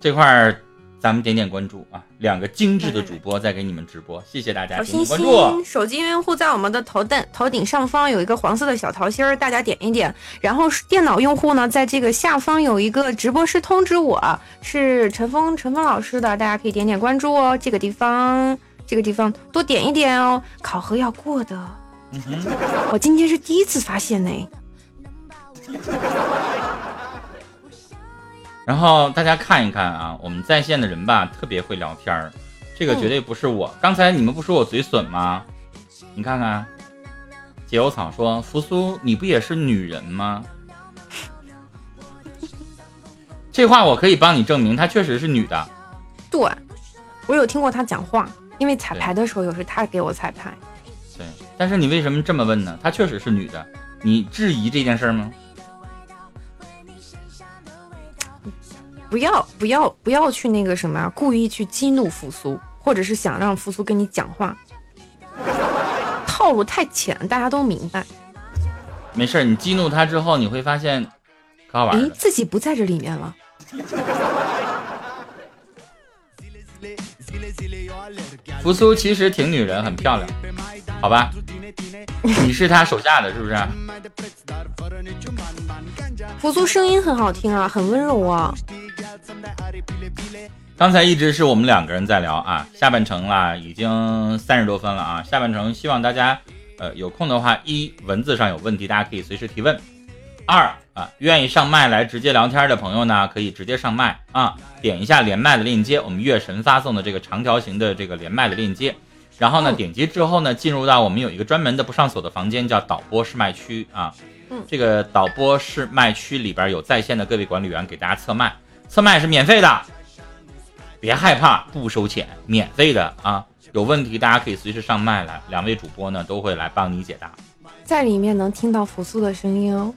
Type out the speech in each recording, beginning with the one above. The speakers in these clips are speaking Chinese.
这块儿咱们点点关注啊，两个精致的主播在给你们直播，谢谢大家，小请心你关心注。，手机用户在我们的头灯头顶上方有一个黄色的小桃心儿，大家点一点。然后是电脑用户呢，在这个下方有一个直播室通知我，是陈峰陈峰老师的，大家可以点点关注哦。这个地方这个地方多点一点哦，考核要过的。嗯我今天是第一次发现呢，然后大家看一看啊，我们在线的人吧，特别会聊天儿，这个绝对不是我。刚才你们不说我嘴损吗？你看看，解忧草说：“扶苏，你不也是女人吗？” 这话我可以帮你证明，她确实是女的。对，我有听过他讲话，因为彩排的时候有时他给我彩排。对，但是你为什么这么问呢？她确实是女的，你质疑这件事儿吗？不要不要不要去那个什么啊，故意去激怒扶苏，或者是想让扶苏跟你讲话， 套路太浅，大家都明白。没事儿，你激怒她之后，你会发现可好玩诶，了。自己不在这里面了。扶苏其实挺女人，很漂亮，好吧？你是她手下的，是不是？扶苏声音很好听啊，很温柔啊。刚才一直是我们两个人在聊啊，下半程啦，已经三十多分了啊。下半程希望大家，呃，有空的话，一文字上有问题，大家可以随时提问；二啊，愿意上麦来直接聊天的朋友呢，可以直接上麦啊，点一下连麦的链接，我们月神发送的这个长条形的这个连麦的链接，然后呢，点击之后呢，进入到我们有一个专门的不上锁的房间，叫导播试麦区啊。嗯这个导播试麦区里边有在线的各位管理员给大家测麦，测麦是免费的。别害怕，不收钱，免费的啊！有问题大家可以随时上麦来，两位主播呢都会来帮你解答。在里面能听到扶苏的声音哦。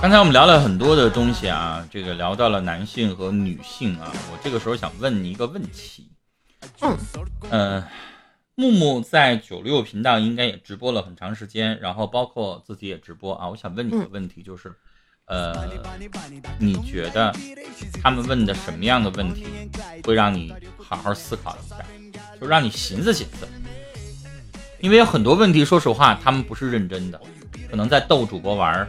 刚才我们聊了很多的东西啊，这个聊到了男性和女性啊，我这个时候想问你一个问题，嗯，呃，木木在九六频道应该也直播了很长时间，然后包括自己也直播啊，我想问你一个问题，就是，呃，你觉得他们问的什么样的问题会让你好好思考一下，就让你寻思寻思，因为有很多问题，说实话，他们不是认真的，可能在逗主播玩儿。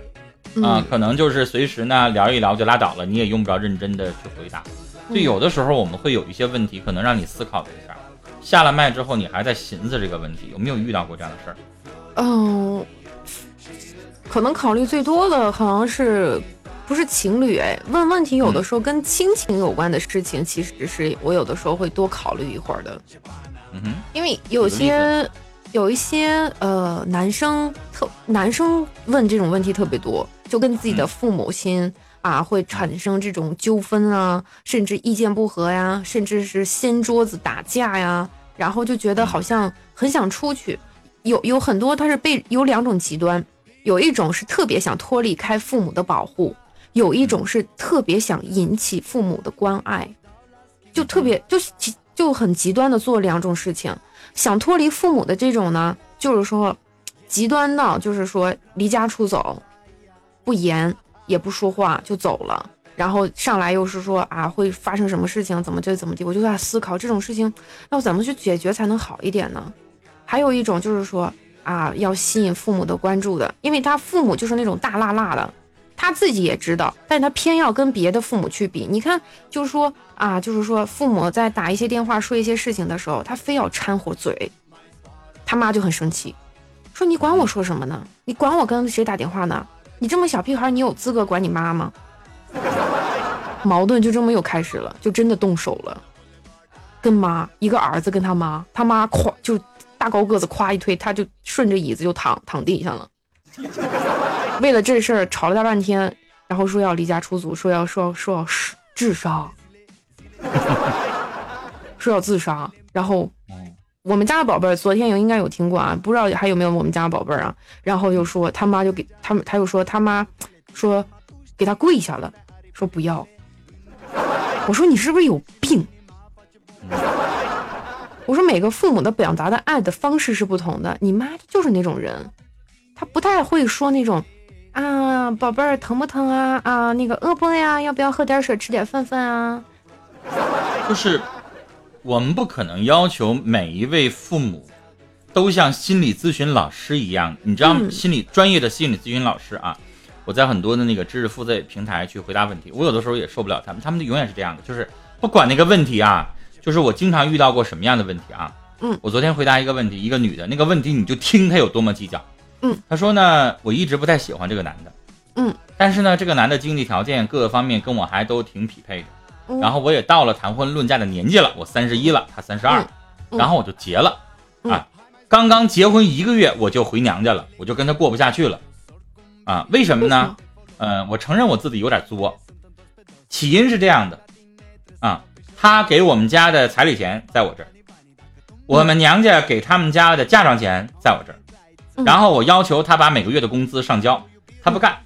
啊，可能就是随时呢聊一聊就拉倒了，你也用不着认真的去回答。就有的时候我们会有一些问题，可能让你思考一下。下了麦之后，你还在寻思这个问题，有没有遇到过这样的事儿？嗯，可能考虑最多的好像是不是情侣哎？问问题有的时候跟亲情有关的事情，其实是我有的时候会多考虑一会儿的。嗯哼，因为有举个些有一些呃男生特男生问这种问题特别多，就跟自己的嗯父母亲、啊会产生这种纠纷啊，甚至意见不合呀，甚至是掀桌子打架呀，然后就觉嗯得好像很想出去。有有很多他是被有两种极端，有一种是特别想脱离开父母的保护，有一种是特别想引起父母的关爱，就特别就是极就很极端的做两种事情。想脱离父母的这种呢，就是说极端到就是说离家出走，不言也不说话就走了。然后上来又是说啊，会发生什么事情，怎么就怎么地，我就在思考这种事情要怎么去解决才能好一点呢？还有一种就是说啊，要吸引父母的关注的，因为他父母就是那种大辣辣的，他自己也知道，但是他偏要跟别的父母去比。你看，就是说啊，就是说父母在打一些电话说一些事情的时候，他非要掺和嘴，他妈就很生气，说你管我说什么呢？你管我跟谁打电话呢？你这么小屁孩，你有资格管你妈吗？矛盾就这么又开始了，就真的动手了。跟妈，一个儿子跟他妈，他妈夸就大高个子夸一推，他就顺着椅子就躺躺地上了。为了这事儿吵了大半天，然后说要离家出走，说要说要说要是自杀，说要自杀，然后嗯，我们家的宝贝儿昨天有应该有听过啊，不知道还有没有我们家的宝贝儿啊。然后就说他妈就给他们，他又说他妈说给他跪下了，说不要。我说你是不是有病？我说每个父母的表达的爱的方式是不同的，你妈就是那种人，她不太会说那种啊，宝贝儿疼不疼啊啊，那个饿不饿呀？要不要喝点水吃点饭饭啊？就是我们不可能要求每一位父母都像心理咨询老师一样，你知道嗯心理、专业的心理咨询老师啊，我在很多的那个知识付费平台去回答问题，我有的时候也受不了他们，他们永远是这样的，就是不管那个问题啊，就是我经常遇到过什么样的问题啊，嗯，我昨天回答一个问题，一个女的，那个问题你就听她有多么计较，嗯，她说呢，我一直不太喜欢这个男的，嗯，但是呢，这个男的经济条件各个方面跟我还都挺匹配的。嗯然后我也到了谈婚论嫁的年纪了，我三十一了，他三十二嗯，嗯然后我就结了，嗯啊，刚刚结婚一个月我就回娘家了，我就跟他过不下去了，啊，为什么呢？呃，我承认我自己有点作，起因是这样的，啊，他给我们家的彩礼钱在我这儿，嗯我们娘家给他们家的嫁妆钱在我这儿，嗯然后我要求他把每个月的工资上交，他不干，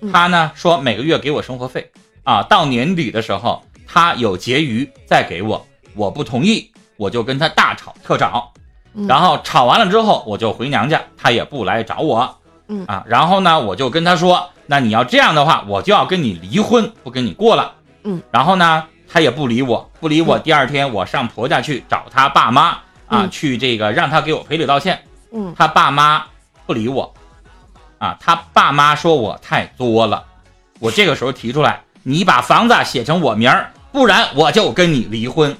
嗯他呢说每个月给我生活费。啊，到年底的时候他有结余再给我，我不同意，我就跟他大吵特吵嗯。然后吵完了之后，我就回娘家，他也不来找我。嗯啊，然后呢，我就跟他说，那你要这样的话，我就要跟你离婚，不跟你过了。嗯，然后呢，他也不理我，不理我。第二天我上婆家去找他爸妈啊，嗯去这个让他给我赔礼道歉。嗯他爸妈不理我，啊，他爸妈说我太作了，我这个时候提出来，你把房子写成我名儿，不然我就跟你离婚。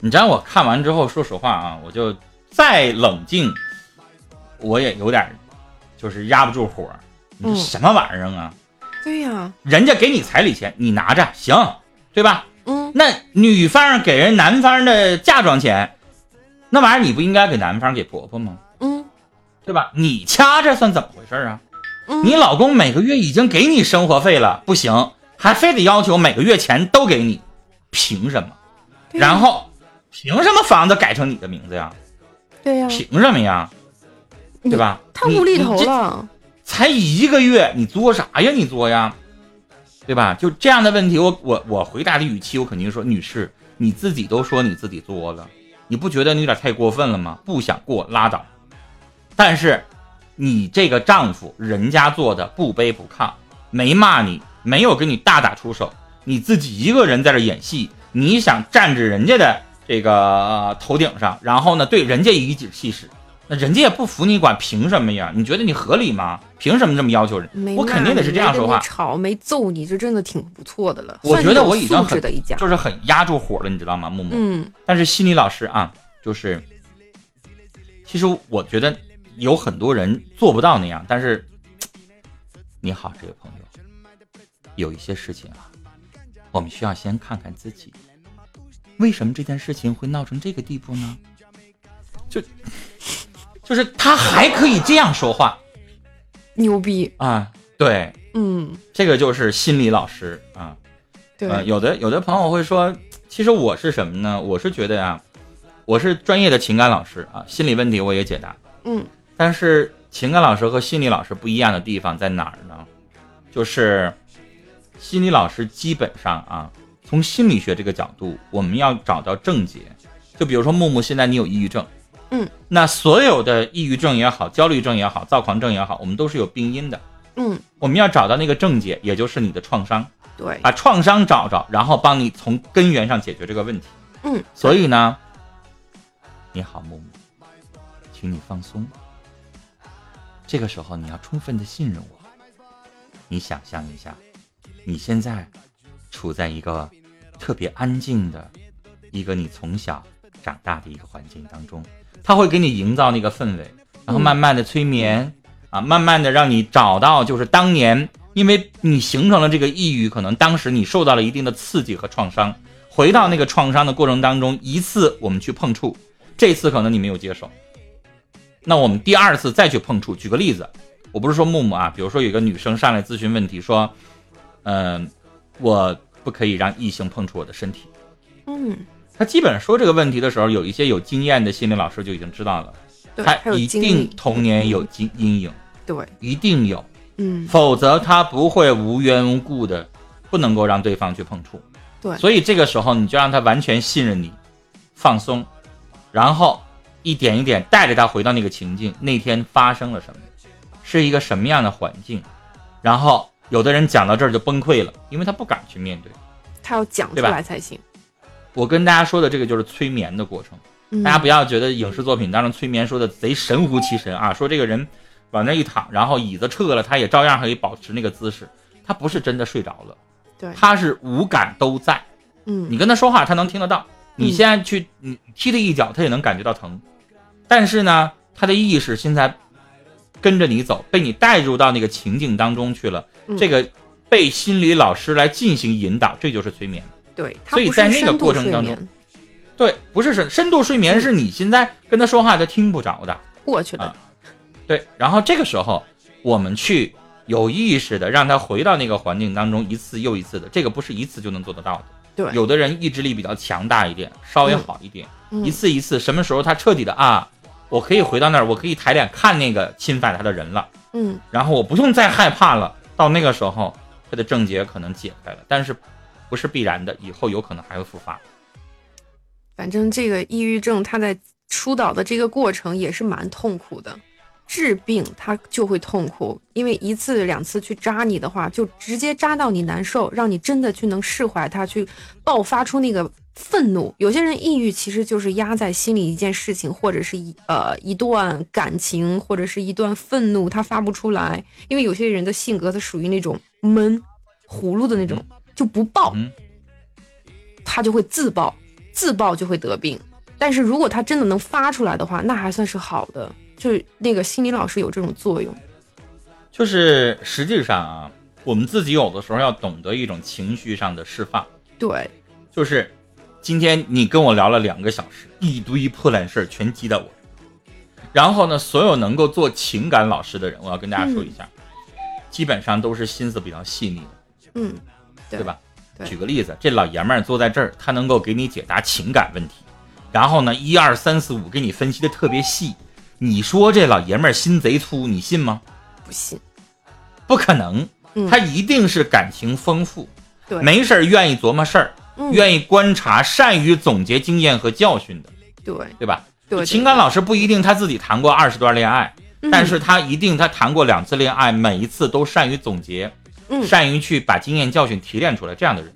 你知道我看完之后，说实话啊，我就再冷静，我也有点儿就是压不住火儿。你嗯这什么玩意儿啊？对呀、人家给你彩礼钱，你拿着行，对吧？嗯那女方给人男方的嫁妆钱，那玩意儿你不应该给男方给婆婆吗？嗯对吧？你掐这算怎么回事啊？嗯，你老公每个月已经给你生活费了，不行，还非得要求每个月钱都给你，凭什么？对呀然后凭什么房子改成你的名字呀？对呀、凭什么呀？嗯你对吧？太无厘头你，你这了。才一个月，你作啥呀？你作呀，对吧？就这样的问题，我我我回答的语气，我肯定说，女士，你自己都说你自己作了，你不觉得你有点太过分了吗？不想过拉倒，但是你这个丈夫，人家做的不卑不亢，没骂你，没有跟你大打出手，你自己一个人在这演戏，你想站至人家的这个呃头顶上，然后呢，对人家颐指气使，那人家也不服你管，凭什么呀？你觉得你合理吗？凭什么这么要求人没？我肯定得是这样说骂话你没跟你，吵没揍你，就真的挺不错的了。我觉得我已经算是很有素质的一家。就是很压住火了，你知道吗，木木？嗯但是心理老师啊，就是，其实我觉得有很多人做不到那样，但是，你好，这位朋友，有一些事情啊，我们需要先看看自己，为什么这件事情会闹成这个地步呢？就，就是他还可以这样说话牛逼。啊，对，嗯，这个就是心理老师啊，对，呃，有的有的朋友会说，其实我是什么呢？我是觉得呀、我是专业的情感老师啊，心理问题我也解答。嗯但是情感老师和心理老师不一样的地方在哪儿呢？就是心理老师基本上啊，从心理学这个角度，我们要找到症结。就比如说木木，现在你有抑郁症，嗯，那所有的抑郁症也好，焦虑症也好，躁狂症也好，我们都是有病因的。嗯，我们要找到那个症结，也就是你的创伤。对，把创伤找找，然后帮你从根源上解决这个问题。嗯，所以呢，你好，木木，请你放松。这个时候你要充分的信任我。你想象一下，你现在处在一个特别安静的、一个你从小长大的一个环境当中，他会给你营造那个氛围，然后嗯慢慢的催眠、啊，慢慢的让你找到就是当年，因为你形成了这个抑郁，可能当时你受到了一定的刺激和创伤，回到那个创伤的过程当中，一次我们去碰触，这次可能你没有接受，那我们第二次再去碰触。举个例子，我不是说木木啊，比如说有一个女生上来咨询问题说，嗯、我不可以让异性碰触我的身体。嗯，他基本上说这个问题的时候，有一些有经验的心理老师就已经知道了，对，还他有一经定历，童年有经阴影，对，一定有，嗯，否则他不会无缘无故的不能够让对方去碰触。对所以这个时候你就让他完全信任你，放松，然后一点一点带着他回到那个情境，那天发生了什么，是一个什么样的环境，然后有的人讲到这儿就崩溃了，因为他不敢去面对。他要讲出来才行。我跟大家说的这个就是催眠的过程，嗯大家不要觉得影视作品当中催眠说的贼神乎其神啊，说这个人往那一躺，然后椅子撤了，他也照样可以保持那个姿势，他不是真的睡着了，对，他是五感都在。嗯，你跟他说话，他能听得到；你现在去，你踢他一脚，他也能感觉到疼。但是呢，他的意识现在跟着你走，被你带入到那个情境当中去了。嗯这个被心理老师来进行引导，这就是催眠。对，他所以不是在那个深度过程睡当眠对，不是深深度睡眠，是你现在跟他说话他听不着的。过去的啊，对，然后这个时候我们去有意识的让他回到那个环境当中，一次又一次的，这个不是一次就能做得到的。对有的人意志力比较强大一点，稍微好一点，嗯一次一次，什么时候他彻底的啊，我可以回到那儿，我可以抬脸看那个侵犯他的人了，嗯，然后我不用再害怕了。到那个时候，他的症结可能解开了，但是不是必然的，以后有可能还会复发。反正这个抑郁症，他在疏导的这个过程也是蛮痛苦的。治病他就会痛苦，因为一次两次去扎你的话，就直接扎到你难受，让你真的去能释怀他，去爆发出那个愤怒。有些人抑郁其实就是压在心里一件事情，或者是一呃一段感情，或者是一段愤怒，他发不出来。因为有些人的性格，他属于那种闷、葫芦的那种，就不爆嗯，他就会自爆，自爆就会得病。但是如果他真的能发出来的话，那还算是好的，就是那个心理老师有这种作用。就是实际上啊，我们自己有的时候要懂得一种情绪上的释放，对，就是今天你跟我聊了两个小时，一堆破烂事儿全积在我这儿然后呢，所有能够做情感老师的人，我要跟大家说一下，基本上都是心思比较细腻的，嗯，对吧？对举个例子，这老爷们儿坐在这儿，他能够给你解答情感问题，然后呢，一二三四五给你分析的特别细。你说这老爷们儿心贼粗，你信吗？不信，不可能嗯，他一定是感情丰富，对没事儿愿意琢磨事儿，嗯，愿意观察，善于总结经验和教训的，对对吧？对对情感老师不一定他自己谈过二十段恋爱，嗯但是他一定他谈过两次恋爱，每一次都善于总结，嗯善于去把经验教训提炼出来，这样的人。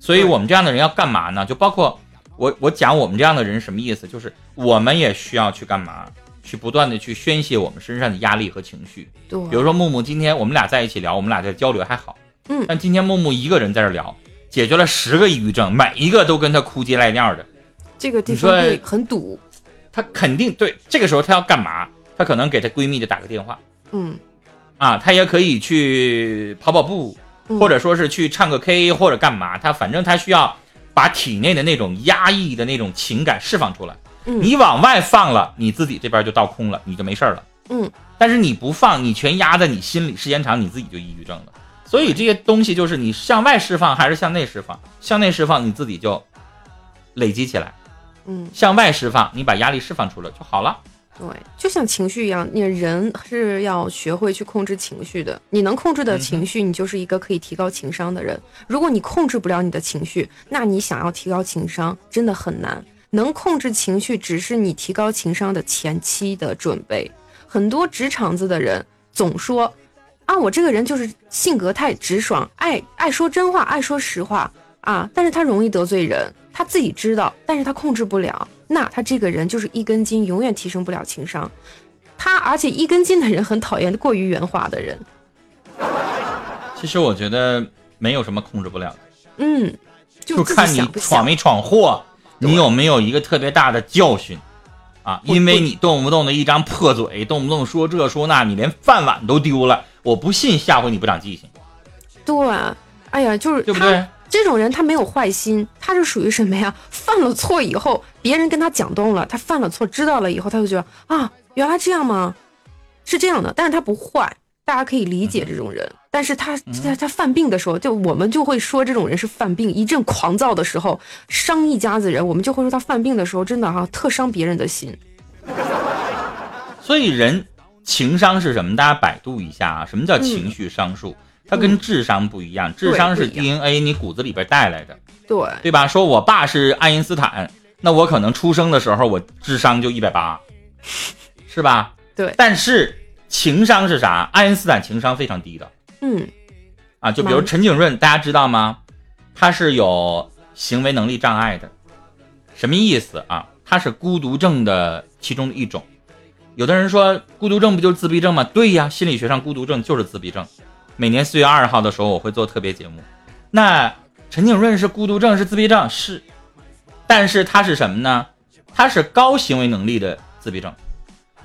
所以对我们这样的人要干嘛呢？就包括我，我讲我们这样的人什么意思？就是我们也需要去干嘛？去不断的去宣泄我们身上的压力和情绪。嗯对，比如说木木，今天我们俩在一起聊，我们俩在交流还好，嗯但今天木木一个人在这聊，解决了十个抑郁症，每一个都跟他哭鸡赖尿的，这个地你说哎方会很堵，他肯定对这个时候他要干嘛？他可能给他闺蜜就打个电话嗯，啊，他也可以去跑跑步，嗯或者说是去唱个 K 或者干嘛，他反正他需要把体内的那种压抑的那种情感释放出来。嗯你往外放了，你自己这边就倒空了，你就没事儿了。嗯，但是你不放，你全压在你心里，时间长你自己就抑郁症了。所以这些东西就是你向外释放还是向内释放，向内释放你自己就累积起来，嗯，向外释放你把压力释放出来就好了。对，就像情绪一样，你人是要学会去控制情绪的。你能控制的情绪，你就是一个可以提高情商的人。如果你控制不了你的情绪，那你想要提高情商真的很难。能控制情绪，只是你提高情商的前期的准备。很多直肠子的人总说，啊，我这个人就是性格太直爽，爱爱说真话，爱说实话啊，但是他容易得罪人，他自己知道，但是他控制不了，那他这个人就是一根筋，永远提升不了情商。他而且一根筋的人很讨厌过于圆滑的人，其实我觉得没有什么控制不了的，嗯，就自看己你想不闯想，没闯祸，对你有没有一个特别大的教训啊？我因为你动不动的一张破嘴，动不动说这说那，你连饭碗都丢了。我不信下回你不长记性，对啊，哎呀，就是对不他对？这种人他没有坏心，他是属于什么呀？犯了错以后，别人跟他讲动了，他犯了错，知道了以后，他就觉得啊，原来这样吗？是这样的，但是他不坏，大家可以理解这种嗯人。但是他他他犯病的时候，就我们就会说这种人是犯病，一阵狂躁的时候，伤一家子人，我们就会说他犯病的时候，真的哈、特伤别人的心。所以人情商是什么？大家百度一下啊，什么叫嗯情绪商数？它跟智商不一样，智商是不一 DNA 你骨子里边带来的，对，对吧？说我爸是爱因斯坦，那我可能出生的时候我智商就一百八，是吧？对，但是情商是啥？爱因斯坦情商非常低的嗯，啊，就比如嗯陈景润，大家知道吗？他是有行为能力障碍的，什么意思啊？他是孤独症的其中的一种。有的人说孤独症不就是自闭症吗？对呀，心理学上孤独症就是自闭症。每年四月二号的时候，我会做特别节目。那陈景润是孤独症，是自闭症，是，但是他是什么呢？他是高行为能力的自闭症，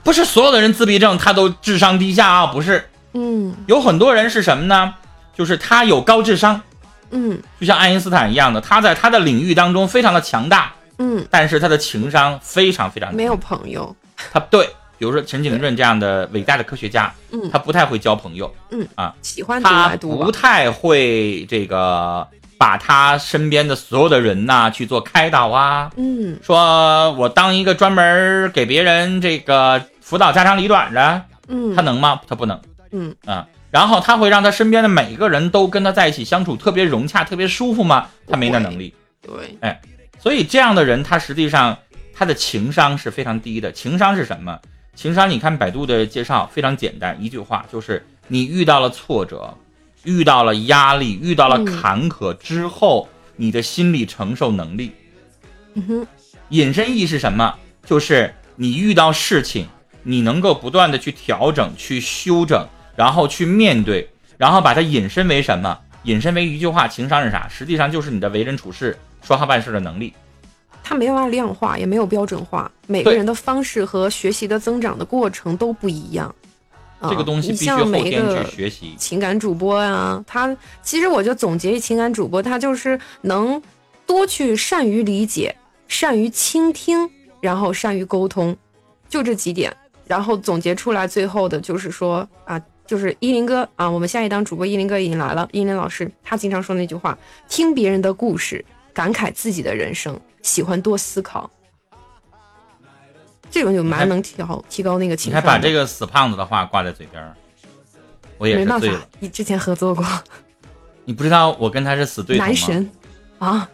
不是所有的人自闭症他都智商低下啊，不是，嗯有很多人是什么呢？就是他有高智商，嗯就像爱因斯坦一样的，他在他的领域当中非常的强大，嗯，但是他的情商非常非常低没有朋友，他对，比如说陈景润这样的伟大的科学家，嗯他不太会交朋友，喜欢独他来独不往，太会这个把他身边的所有的人呐、去做开导啊，嗯说我当一个专门儿给别人这个辅导家长里短的，嗯，他能吗？他不能，嗯啊。然后他会让他身边的每一个人都跟他在一起相处特别融洽、特别舒服吗？他没那能力。对，所以这样的人，他实际上他的情商是非常低的。情商是什么？情商，你看百度的介绍非常简单，一句话就是你遇到了挫折，遇到了压力，遇到了嗯坎坷之后，你的心理承受能力。嗯哼，引申义是什么？就是你遇到事情，你能够不断的去调整、去修整，然后去面对，然后把它引申为什么？引申为一句话，情商是啥？实际上就是你的为人处事、说话办事的能力。他没有办法量化，也没有标准化，每个对人的方式和学习的增长的过程都不一样。啊这个东西你必须像后每一天个去学习。情感主播呀、他其实我就总结一情感主播，他就是能多去善于理解、善于倾听，然后善于沟通，就这几点。然后总结出来最后的就是说啊，就是依林哥啊，我们下一档主播依林哥已经来了，依林老师他经常说那句话：听别人的故事，感慨自己的人生，喜欢多思考。这种就你还蛮能提高提高那个你情还商的。把这个死胖子的话挂在嘴边儿，我也没是办法醉了。，你之前合作过你不知道我跟他是死对头男吗？神啊。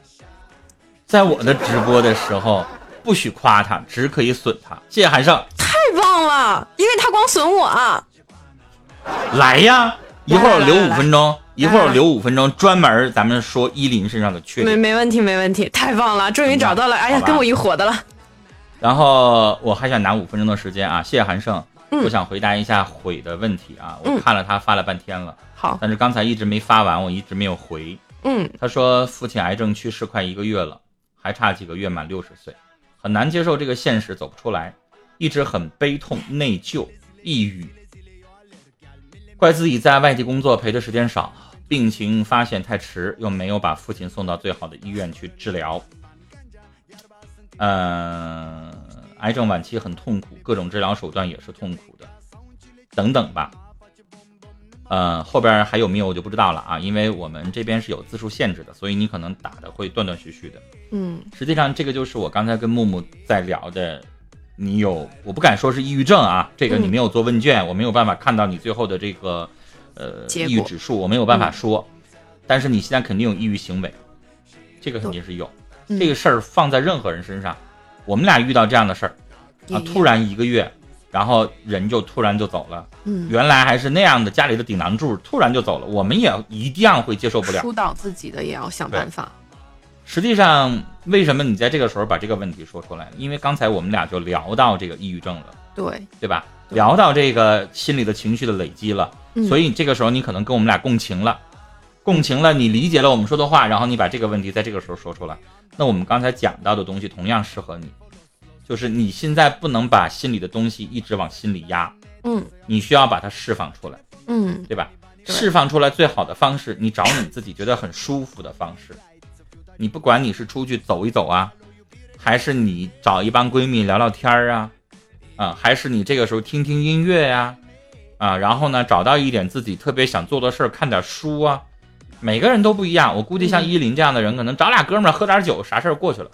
在我的直播的时候，不许夸他，只可以损他。谢谢韩胜，太棒了，因为他光损我啊。来呀！一会儿我留来来五来分钟，一会儿我来留五分钟，专门儿咱们说依林身上的缺没点。没问题，没问题，太棒了，终于找到了。哎呀，好吧跟我一伙的了。然后我还想拿五分钟的时间啊，谢谢韩胜，嗯我想回答一下悔的问题啊。我嗯哦看了他发了半天了，好，但是刚才一直没发完，我一直没有回。嗯他说父亲癌症去世快一个月了，还差几个月满六十岁，很难接受这个现实，走不出来，一直很悲痛、内疚、抑郁，怪自己在外地工作陪的时间少，病情发现太迟，又没有把父亲送到最好的医院去治疗。呃，癌症晚期很痛苦，各种治疗手段也是痛苦的，等等吧。呃，后边还有没有我就不知道了啊，因为我们这边是有字数限制的，所以你可能打的会断断续续的。嗯实际上，这个就是我刚才跟木木在聊的，你有我不敢说是抑郁症啊，这个嗯你没有做问卷，我没有办法看到你最后的这个呃结果抑郁指数，我没有办法说。但是你现在肯定有抑郁行为，这个肯定是有。嗯这个事儿放在任何人身上，我们俩遇到这样的事儿也啊，突然一个月，然后人就突然就走了。嗯，原来还是那样的家里的顶梁柱，突然就走了，我们也一样会接受不了。疏导自己的也要想办法。实际上，为什么你在这个时候把这个问题说出来？因为刚才我们俩就聊到这个抑郁症了，对，对吧？聊到这个心里的情绪的累积了，嗯所以这个时候你可能跟我们俩共情了，共情了，你理解了我们说的话，然后你把这个问题在这个时候说出来，那我们刚才讲到的东西同样适合你，就是你现在不能把心里的东西一直往心里压，嗯你需要把它释放出来。嗯对吧？对释放出来最好的方式，你找你自己觉得很舒服的方式。你不管你是出去走一走啊，还是你找一帮闺蜜聊聊天儿啊，啊，还是你这个时候听听音乐呀、啊，然后呢，找到一点自己特别想做的事儿，看点书啊。每个人都不一样，我估计像嗯依林这样的人，可能找俩哥们儿喝点酒，啥事儿过去了，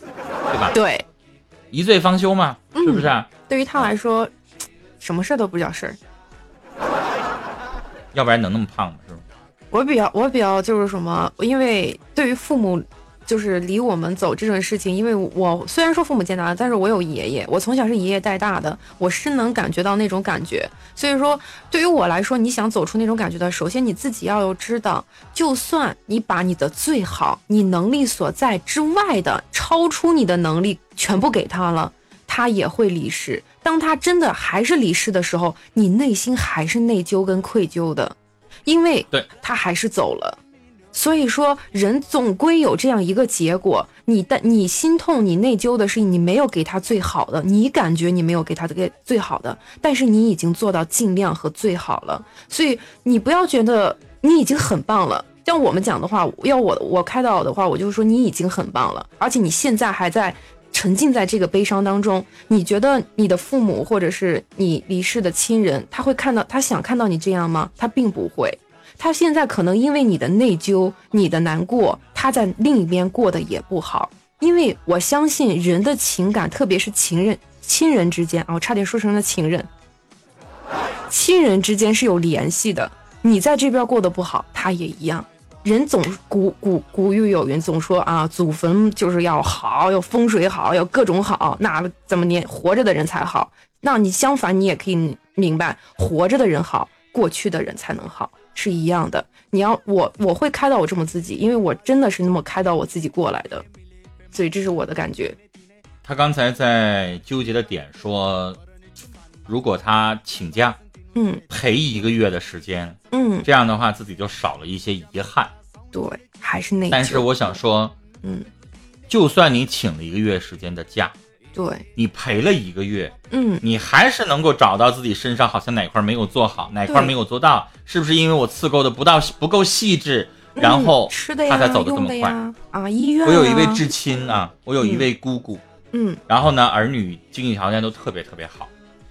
对吧？对，一醉方休嘛，嗯是不是啊？对于他来说，嗯什么事儿都不叫事儿。要不然能那么胖吗？是吧？我比较我比较就是什么，因为对于父母就是离我们走这种事情，因为我虽然说父母见大了，但是我有爷爷，我从小是爷爷带大的，我是能感觉到那种感觉。所以说，对于我来说，你想走出那种感觉的，首先你自己要知道，就算你把你的最好、你能力所在之外的、超出你的能力全部给他了，他也会离世。当他真的还是离世的时候，你内心还是内疚跟愧疚的，因为对他还是走了。所以说，人总归有这样一个结果。你的你心痛、你内疚的是你没有给他最好的，你感觉你没有给他最最好的，但是你已经做到尽量和最好了。所以你不要觉得你已经很棒了。像我们讲的话，要我我开导的话，我就说你已经很棒了，而且你现在还在沉浸在这个悲伤当中。你觉得你的父母或者是你离世的亲人，他会看到他想看到你这样吗？他并不会。他现在可能因为你的内疚、你的难过，他在另一边过得也不好。因为我相信人的情感，特别是情人、亲人之间啊，我差点说成了情人，亲人之间是有联系的。你在这边过得不好，他也一样。人总古古古语有云，总说啊，祖坟就是要好，要风水好，要各种好，那怎么年活着的人才好？那你相反，你也可以明白，活着的人好，过去的人才能好。是一样的，你要我我会开导我这么自己，因为我真的是那么开导我自己过来的，所以这是我的感觉。他刚才在纠结的点说，如果他请假嗯陪一个月的时间，嗯，这样的话自己就少了一些遗憾。对，还是那，但是我想说，哎嗯，就算你请了一个月时间的假，对，你陪了一个月，嗯你还是能够找到自己身上好像哪块没有做好，哪块对没有做到，是不是因为我伺候的不到不够细致，然嗯后吃的呀，他才走得这用么的快？呀啊，医院、啊，我有一位至亲啊，我有一位姑姑，嗯然后呢，儿女经济条件都特别特别好，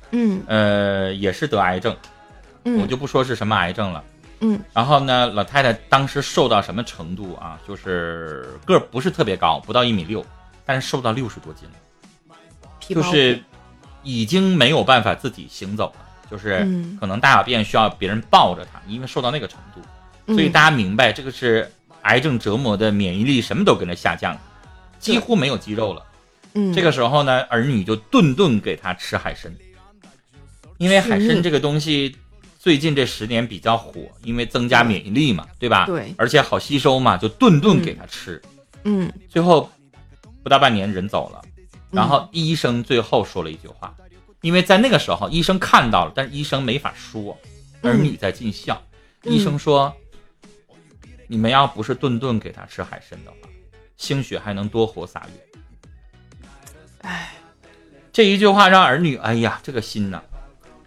嗯呃，也是得癌症，我嗯就不说是什么癌症了。嗯然后呢，老太太当时瘦到什么程度啊？就是个儿不是特别高，不到一米六，但是瘦到六十多斤了，皮就包是已经没有办法自己行走了，就是嗯可能大小便需要别人抱着她，因为瘦到那个程度。骨所以嗯大家明白，这个是癌症折磨的免疫力什么都跟着下降，几乎没有肌肉了。嗯这个时候呢，儿女就顿顿给他吃海参，因为海参这个东西最近这十年比较火，因为增加免疫力嘛，对吧？嗯对而且好吸收嘛，就顿顿给他吃。嗯最后不到半年人走了，然嗯后医生最后说了一句话，因为在那个时候医生看到了，但是医生没法说，嗯儿女在尽孝。嗯医生说，你们要不是顿顿给他吃海参的话，兴许还能多活仨月。哎，这一句话让儿女，哎呀，这个心呐、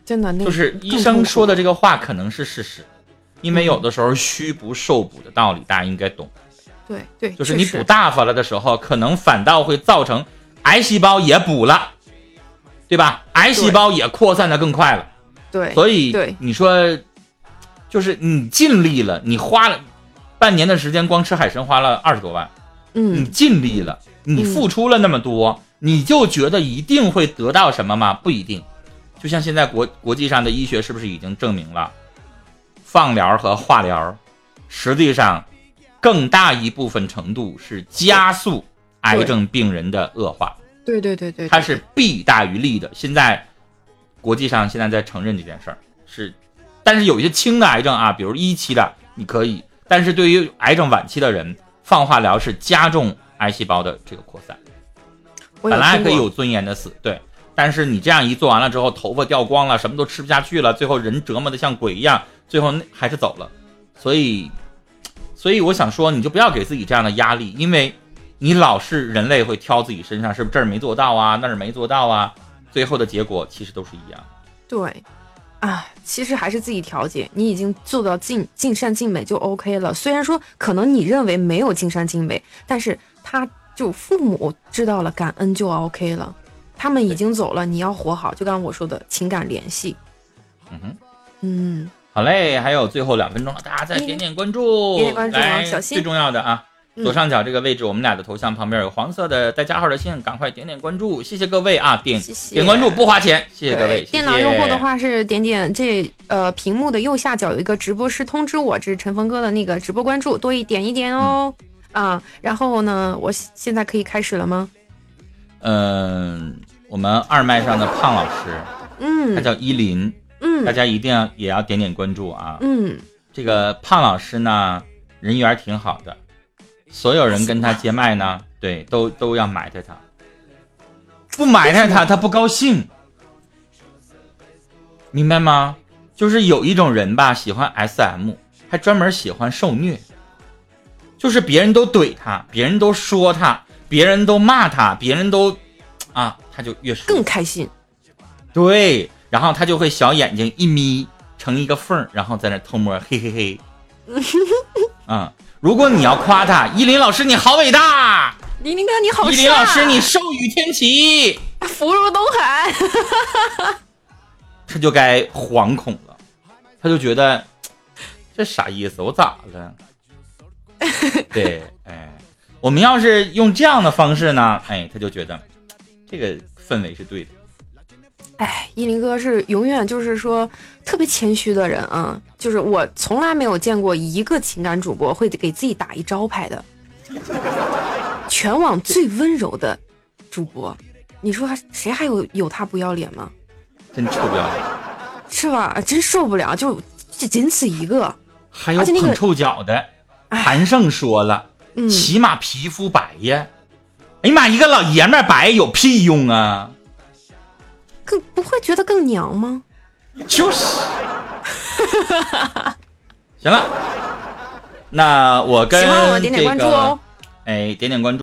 真的那就是医生说的这个话可能是事实，因嗯为有的时候虚补受补的道理大家应该懂，对对，就是确你实补大发了的时候，可能反倒会造成癌细胞也补了，对吧？癌细胞也扩散的更快了，对，所以对你说，就是你尽力了，你花了半年的时间，光吃海参花了二十多万，你嗯尽力了，你付出了那么多，你就觉得一定会得到什么吗？不一定。就像现在国国际上的医学是不是已经证明了，放疗和化疗，实际上更大一部分程度是加速癌症病人的恶化，对对对对，它是弊大于利的。现在国际上现在在承认这件事儿是，但是有一些轻的癌症啊，比如一期的你可以，但是对于癌症晚期的人，放化疗是加重癌细胞的这个扩散。我本来听可以过有尊严的死，对。但是你这样一做完了之后，头发掉光了，什么都吃不下去了，最后人折磨的像鬼一样，最后那还是走了。所以，所以我想说，你就不要给自己这样的压力，因为你老是人类会挑自己身上是不是这儿没做到啊，那儿没做到啊，最后的结果其实都是一样。对，啊，其实还是自己调节，你已经做到尽尽善尽美就 OK 了。虽然说可能你认为没有尽善尽美，但是他就父母知道了，感恩就 OK 了。他们已经走了，你要活好，就刚刚我说的情感联系。嗯哼，嗯，好嘞，还有最后两分钟了，大家再点点关注，哎点点关注啊来小心最重要的啊。嗯左上角这个位置，我们俩的头像旁边有黄色的带加号的线，赶快点点关注，谢谢各位啊！点谢谢点关注不花钱，谢谢各位。对，电脑用户的谢谢，话是点点这呃屏幕的右下角有一个直播室通知我，这是陈峰哥的那个直播关注，多一点一点哦。啊，然后呢，我现在可以开始了吗？嗯，我们二麦上的胖老师，他嗯叫依林，嗯大家一定要也要点点关注啊。嗯，这个胖老师呢，人缘挺好的，所有人跟他接麦呢，对，都都要埋汰他，不埋汰他，他不高兴，明白吗？就是有一种人吧，喜欢 SM，还专门喜欢受虐，就是别人都怼他，别人都说他，别人都骂他，别人都啊，他就越受更开心。对，然后他就会小眼睛一眯成一个缝儿，然后在那偷摸，嘿嘿嘿。嗯，如果你要夸他，依林老师你好伟大，林林哥你好依帅啊林老师你寿与天齐，福如东海。他就该惶恐了，他就觉得这啥意思？我咋 了？对，哎，我们要是用这样的方式呢，哎，他就觉得这个氛围是对的。 哎，依林哥是永远就是说特别谦虚的人啊，就是我从来没有见过一个情感主播会给自己打一招牌 的，全网最温柔的主播，你说还谁还有有他不要脸吗？真臭不要脸，是吧？啊真受不了，就就仅此一个。还有而且那个哎捧臭脚的，韩胜说了，嗯，起码皮肤白呀。哎呀妈，一个老爷们儿白有屁用啊！更不会觉得更娘吗？ 就是。行了，那我跟喜欢我们点这个点关注哦。哎，点点关注